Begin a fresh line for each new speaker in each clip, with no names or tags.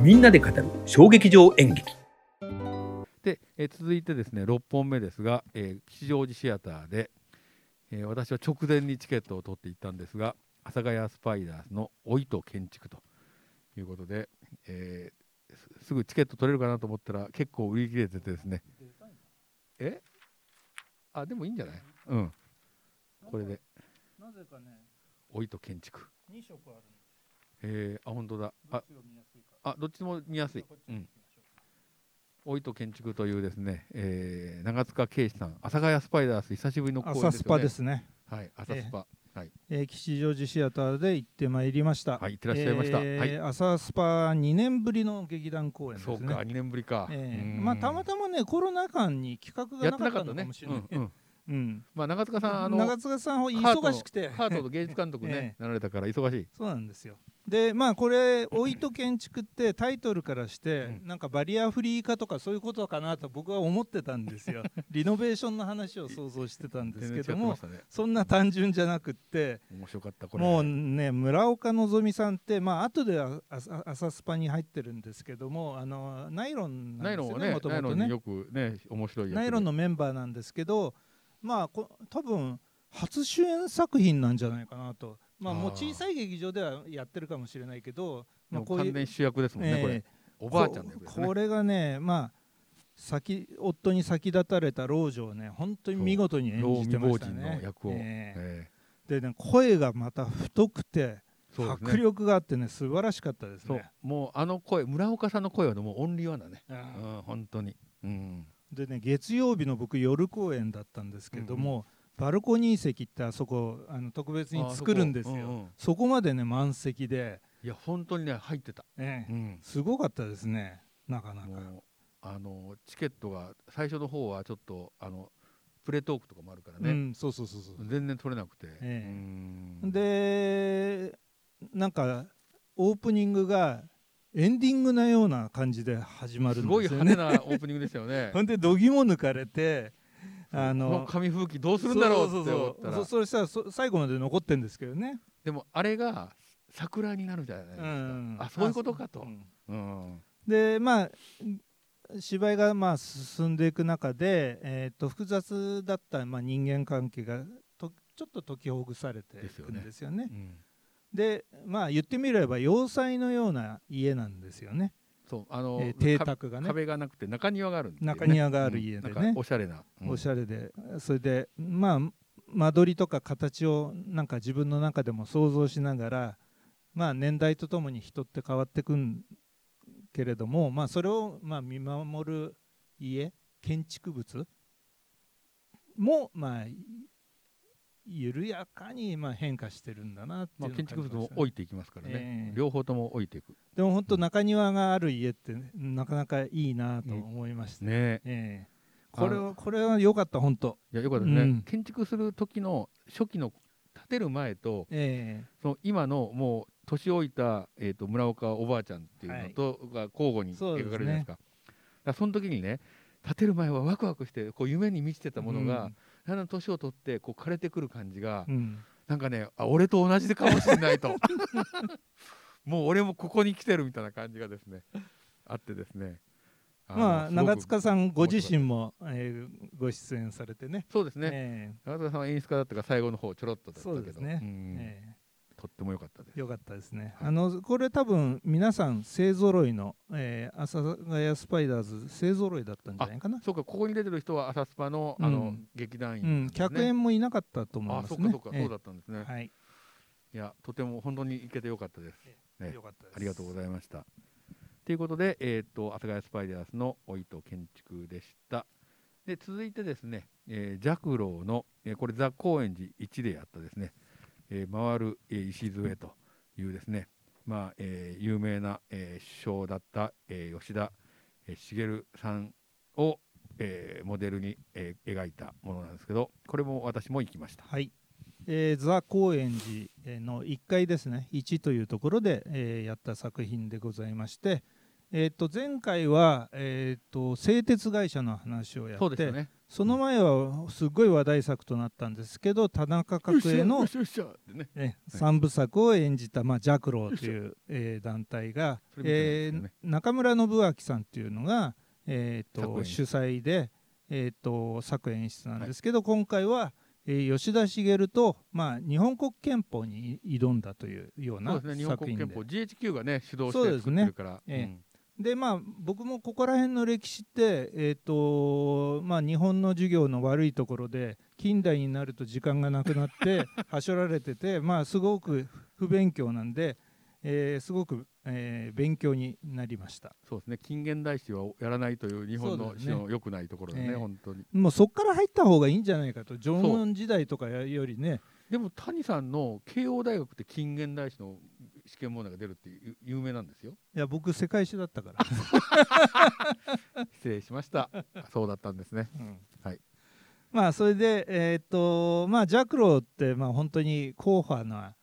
みんなで語る小劇場演劇
で、えー続いてですね6本目ですが、えー吉祥寺シアターで、えー私は直前にチケットを取っていったんですが阿佐ヶ谷スパイダースの老いと建築ということで、えーすすぐチケット取れるかなと思ったら結構売り切れててですねえあでもいいんじゃないうんこれで
なぜかね、
老いと建築
2色あるんです。
えー、あ本当だ
ど
あ
っちを見やすいか。
あどっちも見やすい
こっち
う
に
ん
行きましょ
老いと建築というですね、えー長塚圭史さん、阿佐ヶ谷スパイダース、久しぶりの公演ですよ
朝
ね。
スパですね。
はい、朝スパ。
えー吉祥寺シアターで行ってまいりました。
はい、行ってらっしゃいました。
えー
はい。
朝スパ2年ぶりの劇団公演です
そ
ね。
うか、二年ぶりか。
えー
うん
まあたまたまねコロナ禍に企画
や
が
っ
な
て
か
なかっ
った
た
のか
ね
もしれない。。
うんうん
うん、
まあ長塚さん、あの
長塚さんを
ハートの
忙しくて、
ハートと芸術監 督ね、なられたから忙しい。
そうなんですよ。でまあこれ「老いと建築」ってタイトルからして
うん
なんかバリアフリー化とかそういうことかなと僕は思ってたんで すよ。リノベーションの話を想像してたんですけど
全然違ってま
も
したね。
そんな単純じゃなくって
面白かったこれ。
もうね村岡望さんってまあ後でああ朝スパに入ってるんですけどもあのナイロンな
ナイ
んで
ロンは
すよね
ね
も、と
ナイ
も
ロ
と
ンに
ね。
よくね、面白い役で。
ナイロンのメンバーなんですけどまあこ多分初主演作品なんじゃないかなと、まあ、もう
あー
小さい劇場ではやってるかもしれないけど、
で
まあ、
も
こうい
完
う、
全主役ですもん
え
ね、
え
これ。おばあちゃんの役です
ここ
ね。
れがねまあ先夫に先立たれた老女をね本当に見事に演
老
じ
未
てま
亡
した
人の
ね。
役を。
ええ
ええ
でね声がまた太くて、
そうですね
迫力があってね素晴らしかったです
そう
ね。
もうあの声村岡さんの声はねもうオンリーワンだね、
あ
う
ー
ん、本当に、うん、
でね月曜日の僕夜公演だったんですけども、バルコニー席ってあそこあの特別に作るんですよ。
あそこうんうん
そこまでね満席で、
いや本当にね入ってた、
ええ
うん、
すごかったですねなかなか。
もうあのチケットが最初の方はちょっとあのプレトークとかもあるから
う
ね、
んそうそうそうそう。
全然取れなくて、
ええ
うん
でなんかオープニングがエンディングのような感じで始まる
す
ん
ごい
ですよ
派手
ね。
なオープニングでしたよね
ほんで度肝抜かれて あ
この
の
紙吹雪どうするんだろうって思ったら
そうそうそうそそれしたらそ最後まで残ってんですけどね、
でもあれが桜になるじゃないですか、
うん
あそういうことかと、
うん
うん
でまあ芝居がまあ進んでいく中で、えー、と複雑だったまあ人間関係がとちょっと解きほぐされていくんですよね
う。ん
でまあ言ってみれば要塞のような家なんですよね、
そうあの、
えー邸宅がね
壁がなくて中庭があるんですよね
中庭がある家でね
うんなんかおしゃれな、うん
おしゃれでそれでまあ間取りとか形をなんか自分の中でも想像しながらまあ年代とともに人って変わってくんけれどもまあそれをまあ見守る家建築物もまあい緩やかにまあ変化してるんだなってい
まあ、
うのを
建築物も
感じましたね
置いていきますからね、
ええ
両方とも置いていく
でも本当中庭がある家ってね、なかなかいいなと思いました、
ね
ええこれはこれは良かった本当、
いやよかったですね、
うん
建築する時の初期の建てる前と
え
その今のもう年老いた、えー、と村岡おばあちゃんっていうのと、が交互に
そうです
描かれ
ね
るじゃないですかそだからその時にね建てる前はワクワクしてこう夢に満ちてたものが、だんだん年を取ってこう枯れてくる感じが、
えうん
なんかねあ俺と同じかもしれない ともう俺もここに来てるみたいな感じがですねあってですねの
まあ
すごく
長塚さんご自身も、ええご出演されてね
そうですね、
え
長塚さんは演出家だったから最後の方ちょろっとだったけど
そうですねえ
ん
え
とっても良かったです
え良かったですね、
はい
あのこれ多分皆さん勢ぞろいの、ええ阿佐ヶ谷スパイダーズ勢ぞろいだったんじゃないかな、
そうかここに出てる人は朝スパのあの、
うん
劇団員
う
なん
ん、
ですね、
客演もいなかったと思い
あ
ま
そ
す
う
ね
かそうか、
ええ
そうだったんですね、
はい
いやとても本当に行けて良かったですええ
良かったです
ありがとうございましたということでえっ、と阿佐ヶ谷スパイダースのおいと建築でしたで続いてですね、えー、ジャクローの、えーこれザ・高円寺1でやったですね、えー回る、えー礎というですねまあ、えー有名な、えー首相だった、えー吉田えー茂さんを、えーモデルに、えー描いたものなんですけどこれも私も行きました
はい、えーザ・高円寺えーの1階ですね1というところで、えーやった作品でございまして、えー、と前回は、えー、と製鉄会社の話をや
そ
っ
うです
て
よね
その前はすごい話題作となったんですけど田中角栄
よ
の
っ、しゃよっしゃよっしゃってね
ね、
はい
三部作を演じた、まあ、ジャクローという、えー団体が、
それ
え
見てないですよね
ー中村信明さんっていうのが、えー
作演
と
出
主催で、えー、と作演出なんですけど、今回は、えー吉田茂と、まあ、日本国憲法に挑んだというよう
そう
な
ですね日本
作
国
品で
憲法 GHQ がね主導
そう
して
です
作って
ね
るから
ええでまあ僕もここら辺の歴史って、えーとまあ、日本の授業の悪いところで近代になると時間がなくなってはしょられてて、まあ、すごく不勉強なんで、えーすごく、えー勉強になりました
そうですね近現代史はやらないという日本
そ
の
うです
史
ね
の良くないところだね
ええ
本当に
もうそこから入った方がいいんじゃないかと縄
そ
文時代とかよりね
でも谷さんの慶応大学って近現代史の試験問題が出るっていう有名なんですよ
いや僕世界史だったから、
失礼しましたあ そうだったんですね
うん
はい
まあそれでえっ、とまあジャクロってまあ本当に硬派な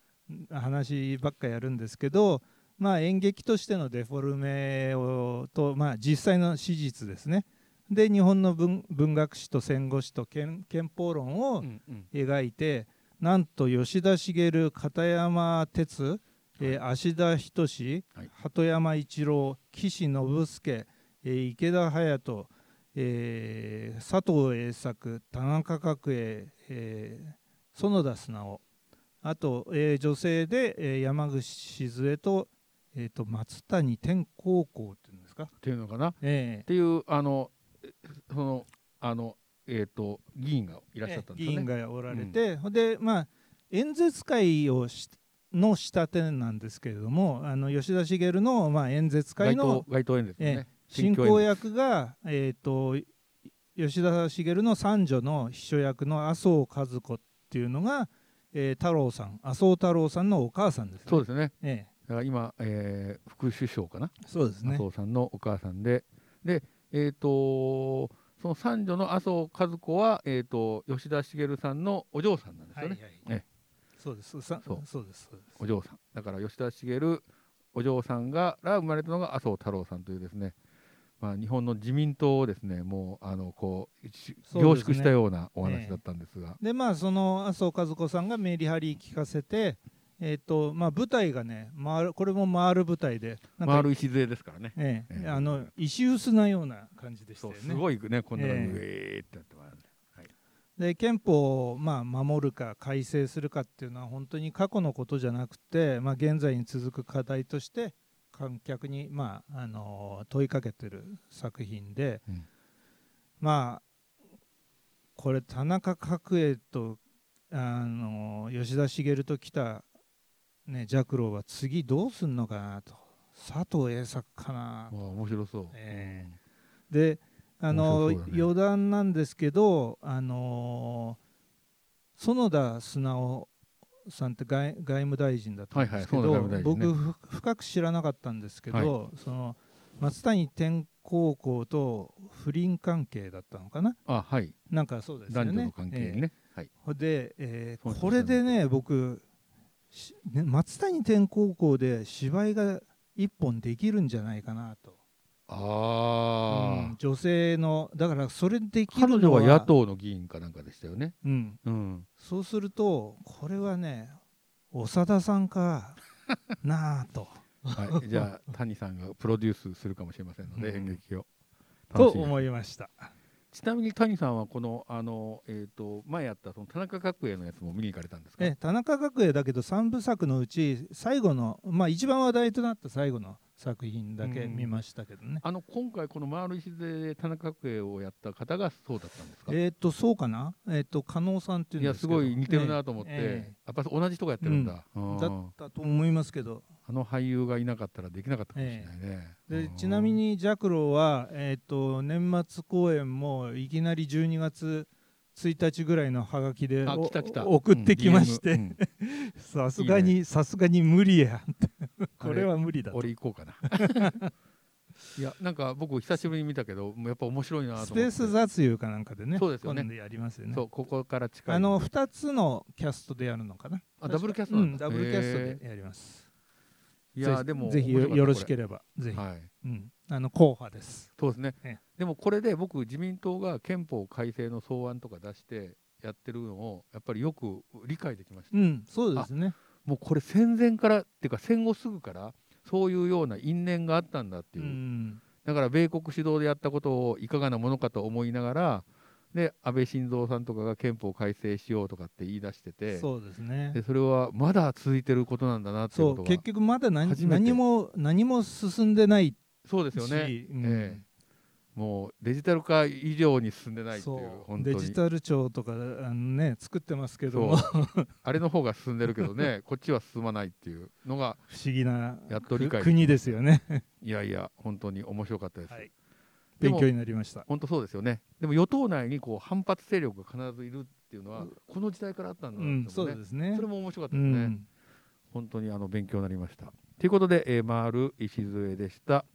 話ばっかやるんですけどまあ演劇としてのデフォルメをとまあ実際の史実ですねで日本の文文学史と戦後史と憲憲法論を、
うんうん
描いてなんと吉田茂片山哲、えー芦田仁、
はい
鳩山一郎岸信介、えー池田隼人、えー佐藤栄作田中角栄、えー園田直緒あと、えー女性で、えー山口静江と,、えーと松谷天高校っていうんですか、
っていうのかなっ
えー
ていうあのえそのあのえっ、と議員がいらっしゃったんです
議
よ
員
ね。
がおられて、ほんでまあ演説会をしの仕立てなんですけれどもあの吉田茂の、まあ、演説会
街
の
頭街頭演説ね。
進
演
行
説
役が、えー、と吉田茂の三女の秘書役の麻生和子っていうのが、えー太郎さん麻生太郎さんのお母さんですね。
そうですね。
え
だから今、えー副首相かな、
えそうです
麻生さんのお母さんで、で、えー、とその三女の麻生和子は、えー、と吉田茂さんのお嬢さんなんです
は
よ
いは
ね、
い
ええ
そうですさ
そう
そうですそうです
お嬢さん。だから吉田茂お嬢さんがら生まれたのが麻生太郎さんというですね、まあ、日本の自民党をですねもうあのこうし
そう
凝
ですね
縮したようなお話だったんですが、
でまあその麻生和子さんがメリハリ聞かせて、えーとまあ、舞台がね回るこれも回る舞台でなんか
回る礎ですからね。
ええ
ええ
あの石臼なような感じでした
そ
よ
う
ね。
すごいねこんな感じでウ
え
ェーってやってます、
で憲法をまあ守るか改正するかっていうのは本当に過去のことじゃなくて、まあ、現在に続く課題として観客に、まああの問いかけてる作品で、
うん
まあこれ田中角栄と、あの吉田茂と来た、ね、ジャクロは次どうすんのかなと佐藤栄作かな
わあ面白そう。
えであの、
面白そうだね
余談なんですけどあのー園田素直さんって外外務大臣だったんですけど、
はいはい園田外務大臣ね
僕ふ深く知らなかったんですけど、
は
その松谷天高校と不倫関係だったのかな
あはい、
なんかそうですよ
男
ね。
女の関係にね、はい、
ええで、えー
そうですね
これでね僕しね松谷天高校で芝居が一本できるんじゃないかなと。
ああ、
うん女性のだからそれでき
彼
るの
女は野党の議員かなんかでしたよね。
うん、
うん、
そうするとこれはね長田さん かなあと
はい、じゃあ谷さんがプロデュースするかもしれませんので、
うん
演劇を。
と
楽しみ
思いました
ちなみに谷さんはこのあのえっ、と前やったその田中角栄のやつも見に行かれたんですか。
え田中角栄だけど3部作のうち最後のまあ一番話題となった最後の作品だけ
うん
見ましたけどね、
あの今回この回る礎で田中角栄をやった方がそうだったんですか。
えっ、とそうかなえっ、と加納さんってい
い
うん
や
です
す
けど
ごい似てるなと思って、
ええ
やっぱり同じ人がやってるんだ。うん
だだと思いますけど
あの俳優がいなかったらできなかったかもしれないね。
で
うん
ちなみにジャクロは、えー、と年末公演もいきなり12月1日ぐらいのハガキで
あ
お
来た来た
送ってきまし
う
て
ん DM うん
さすがにさすがに無理や これは無理だと
俺行こうかな いやなんか僕久しぶりに見たけどもうやっぱ面白いなと思っ
ス
て
ペース雑遊かなんかでね
そうですよね
今度やりますよね
そうここから近い
あの2つのキャストでやるのかな
あダブルキャスト
う
なん
ん
だ
ダブルキャス
へ
ト
え
でやります
いや
ぜ
ーでも
ぜひ
面白かった
よろしけ
こ
ればぜ
れ
ひ、
はい
うん、あの硬派です
そうですね、
ね
でもこれで僕、自民党が憲法改正の草案とか出してやってるのを、やっぱりよく理解できました、
うんそうですね
もうこれ、戦前からっていうか、戦後すぐから、そういうような因縁があったんだって
う
いう、
ん
だから米国主導でやったことをいかがなものかと思いながら、で安倍晋三さんとかが憲法改正しようとかって言い出してて、
そうですね
でそれはまだ続いてることなんだなってい
そう
こ
う
とが
結、局まだ何
初めて
何も何も進んでないし
そうですよね、
うん
ええもうデジタル化以上に進んでないってい、
そうう
本当
デ
に。
ジタル庁とかあの、ね、作ってますけど
そ
も
う
不
あれの方が進んでるけど ね、こっちは進まないっていうのが、
思議な
やっと理解
く国ですよね、
いやいや、本当に面白かったです。
はい
でも
勉強になりました
本当そうですよね。でも与党内にこう反発勢力が必ずいるっていうのは、この時代からあったんだ
う
なって思うね、
んそうですね
それも面白かった
う
ですね。
ん
本当にあの勉強になりました。ということで、えー、回る礎でした。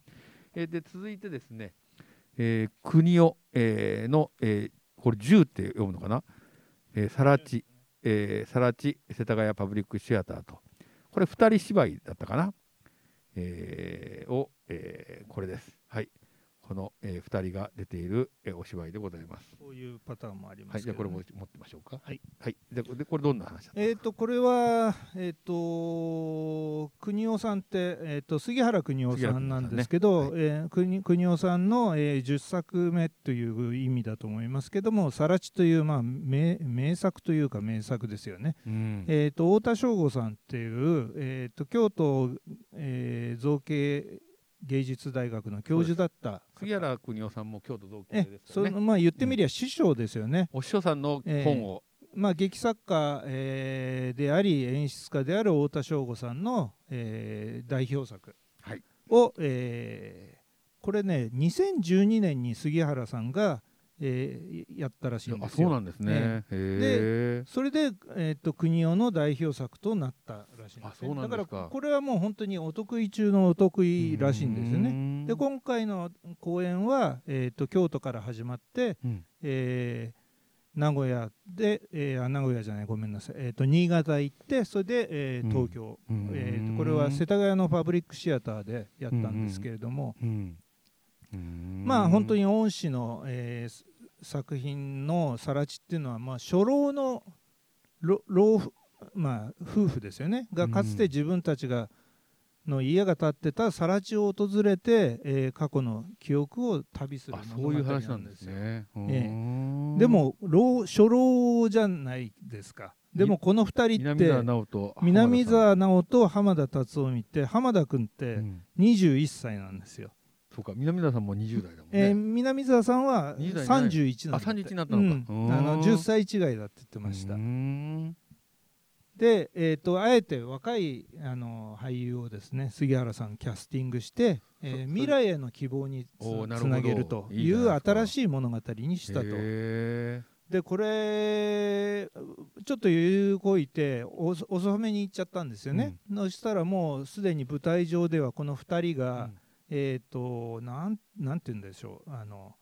えーで続いてですね、えー、国を、えーの、えーこれ10って読むのかな、えー、さらち、えー、さらち世田谷パブリックシアターと、これ二人芝居だったかな、えーを、えーこれです。はい、この、えー、2人が出ている、えーお芝居でございます。
そういうパターンもありま
はい、じ
すけ
ゃあ
ど
これ
ね、
も持ってみましょうか。
はい、
はい、ででこれどんな話だったん
え
で
ー、
すか
とこれは、えー、と国尾さんって、えー、と杉原国夫さんなんですけど、
杉原
えー国国尾さんの、えー10作目という意味だと思いますけども「さらち」という、まあ、名名作というか名作ですよね。
うん
えー、と太田省吾さんっていう、えー、と京都、えー造形芸術大学の教授だった
杉原邦夫さんも京都同級生
え
です
そ
よね
の。まあ言ってみりゃ師匠ですよね。
お師匠さんの本を、
まあ、劇作家、えーであり演出家である太田省吾さんの、えー代表作
はい
を、えーこれね2012年に杉原さんが、えーやったらしいん
あ
です
そう
よ
なんですね。へえ。
それで、えー、と国男の代表作となったらしいんです,、ね
あそうなんですか
だからこれはもう本当にお得意中のお得意らしいんですよね
ね
で今回の公演は、えー、と京都から始まって、
うん
えー名古屋で、えーあ名古屋じゃないごめんなさい、えー、と新潟行ってそれで、えー
うん
東京、
うん
えーとこれは世田谷のパブリックシアターでやったんですけれども、
うんうん
まあ本当に恩師の、えーす作品の「さらち」っていうのは、まあ、初老のろ老夫まあ、夫婦ですよねがかつて自分たちがの家が建ってたさら地を訪れて、えー過去の記憶を旅する
あそういう話
物語
なんですね。
ええ
うん
でも老初老じゃないですかでもこの2人っ
南沢
て
直人
南沢直人浜田達夫見て浜田君っ
う
て
ん
21歳なんですよ、
そうか南沢さんも20代だもん
えー
ね。
南沢さんは
20代じゃない
31なんだ
あ
っ
31
て
になったのか
う
うん
ん、あの10歳違いだって言ってました、
うん
で、えー、とあえて若いあの俳優をですね杉原さんキャスティングして、
そそれ
えー未来への希望につ
おーなる
つ
ほど
なげると
いい
い
じゃ
う
ないですか
新しい物語にしたと
へえ
でこれちょっと余裕こいてお遅めに行っちゃったんですよね、そしたらもうすでに舞台上ではこの2人が、えっ、となんなんて言うんでしょうあの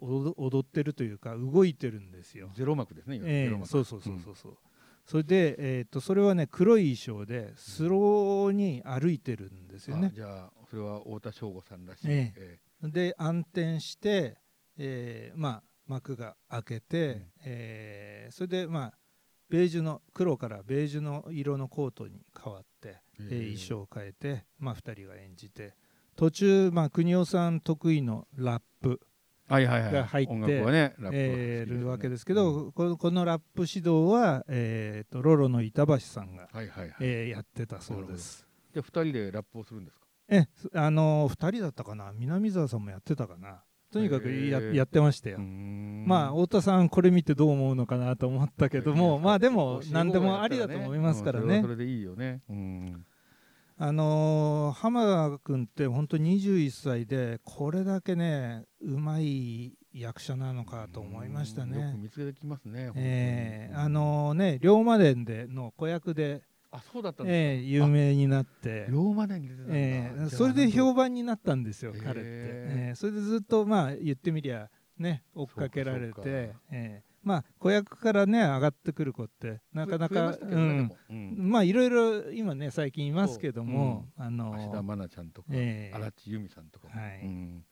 踊踊ってるというか動いてるんですよ
うん、ゼロ幕ですね。今
え
ゼ
え
ロ幕
そうそうそうそうそうそれで、えー、とそれはね黒い衣装でスローに歩いてるんですよ
あ
ね
じゃあそれは太田省吾さんらしい。
ええ
え
で暗転して、えーまあ、幕が開けて、
ん
えーそれでまあベージュの黒からベージュの色のコートに変わって、えー
ええ
衣装を変えて、まあ、2人が演じて途中、まあ、国尾さん得意のラップ、
はいはいはい。
が入って
音楽はね、ラップが好きですね
えーいるわけですけど、このこのラップ指導は、えーとロロの板橋さんが、
はいはいはい。
えーやってたそうです。
じゃあ二人でラップをするんですか。
えすあのー、2人だったかな南沢さんもやってたかなとにかくや,、
へー
やってましたよ。ま
ま
あ太田さんこれ見てどう思うのかなと思ったけどもまあでも
何
何でもありだと思いますから
それは
ね
それでいいよね。うん
あのー浜田君って本当21歳でこれだけねうまい役者なのかと思いました
うんよく
ね。
見つけてきますね。本当に
えーあ、のね龍馬伝での子役で、
あそうだったんです
えー有名になって
ね。、ローマ年に出てたんだ。
えー
じゃあ
それで評
なんと
判になったんですよ
へー
彼って、えーそれでずっとまあ言ってみりゃね追っかけられ
そうか
て
そうか、
えまあ子役からね上がってくる子ってなかな
増えま
か
したけどねでもうん
まあいろいろ今ね最近いますけども、あの
芦田愛菜ちゃんとか
ええ
荒地由美さんとかも
はい
うん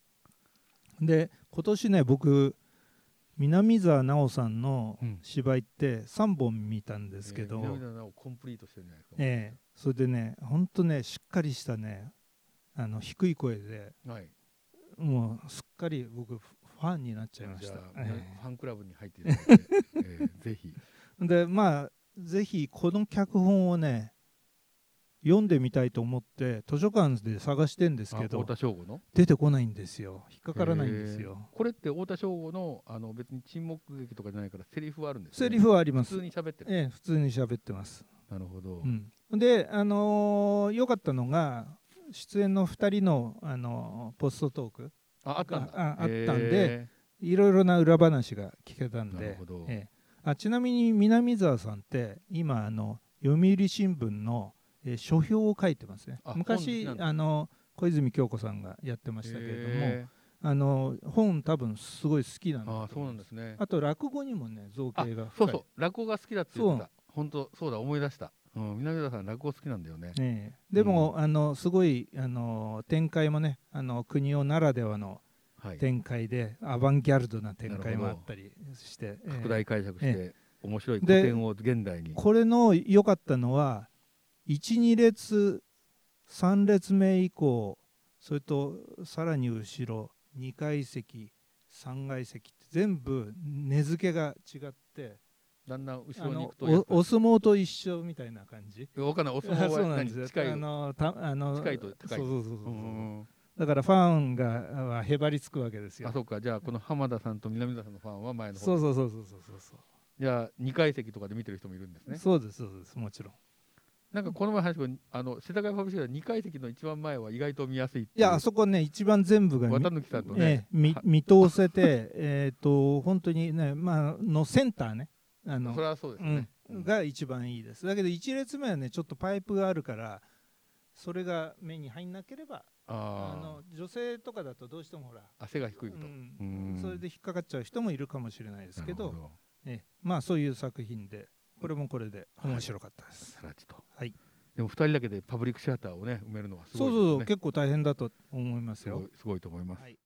で今年ね僕南沢奈央さんの芝居って3本見たんですけど、
ええ南野をコンプリートしてるんじゃないですか
ええそれでねほんとねしっかりしたねあの低い声で
はい
もうすっかり僕ファンになっちゃいまし
じ
た
ゃあ、
え
ファンクラブに入っていただい てええぜひ
えでまあぜひこの脚本をね読んでみたいと思って図書館で探してんです
あ
けど
太田省吾の
出てこないんですよ引っかからないんですよ
これって太田省吾のあの別に沈黙劇とかじゃないからセリフはあるんですよ
セ
ね
リフはありま
普
す
通に喋ってる、
ええ普通に喋ってます、
なるほど、
うん、であのー良かったのが出演の2人の、あのーポストトーク
ああったんだ
あああったん
へ
でいろいろな裏話が聞けたん
なる
で
ほど、
ええあちなみに南沢さんって今あの読売新聞の、えー書評を書いてますね
あ本
昔
なんだ
あの小泉今日子さんがやってま
ー
したけれども、
へ
あの本多分すごい好きなん
ーあそうなん
だと思いま
ですね
あと落語にもね造形が
そ
深いう
そう落語が好きだって言って
そ
た本当そうだ思い出した、うん、南田さん落語好きなんだよね
ええでも、あのすごいあの展開もねあの国をならではの
はい
展開で、アバンギャルドな展開もあったりして、ええ
拡大解釈して、
え
面白い古
で
典を現代に
これの良かったのは12列3列目以降それとさらに後ろ2階席3階席って全部根付けが違って
だんだん後
あ
ろに行
の
くとやっぱ
おお相撲と一緒みたいな感じ。
わかんないお相
あそ
撲
う
は
なん
何
ですよ
近い
あのたあの
近いと高い
そうそうそう
う、
そう
ん
だからファンがはへばりつくわけですよ
あそうかじゃあこの浜田さんと南田さんのファンは前の方
そうそうそうそうそうそうそう
じゃあ2階席とかで見てる人もいるんですね
そうですそうですもちろん
なんかこの前話したあの世田谷ファブリックで2階席の一番前は意外と見やすいって
いやあそこね一番全部が見
綿貫さんと
ええ
ね、
見
は
見通せて えっと本当にねまあのセンターねあの
それはそうですね、
う
うん
ん、が一番いいですだけど一列目はねちょっとパイプがあるからそれが目に入んなければあ
あ
の女性とかだとどうしてもほら、
あ背が低
う
いと、
ん、
ん
それで引っかかっちゃう人もいるかもしれないですけど
なるほ
ええまあそういう作品でこれもこれで面白かったです、
さらちと、
はい
でも2人だけでパブリックシアターをね埋めるのはすごいうです
そそうそう、
ね
結構大変だと思います
すご
よ
いすごいと思います
はい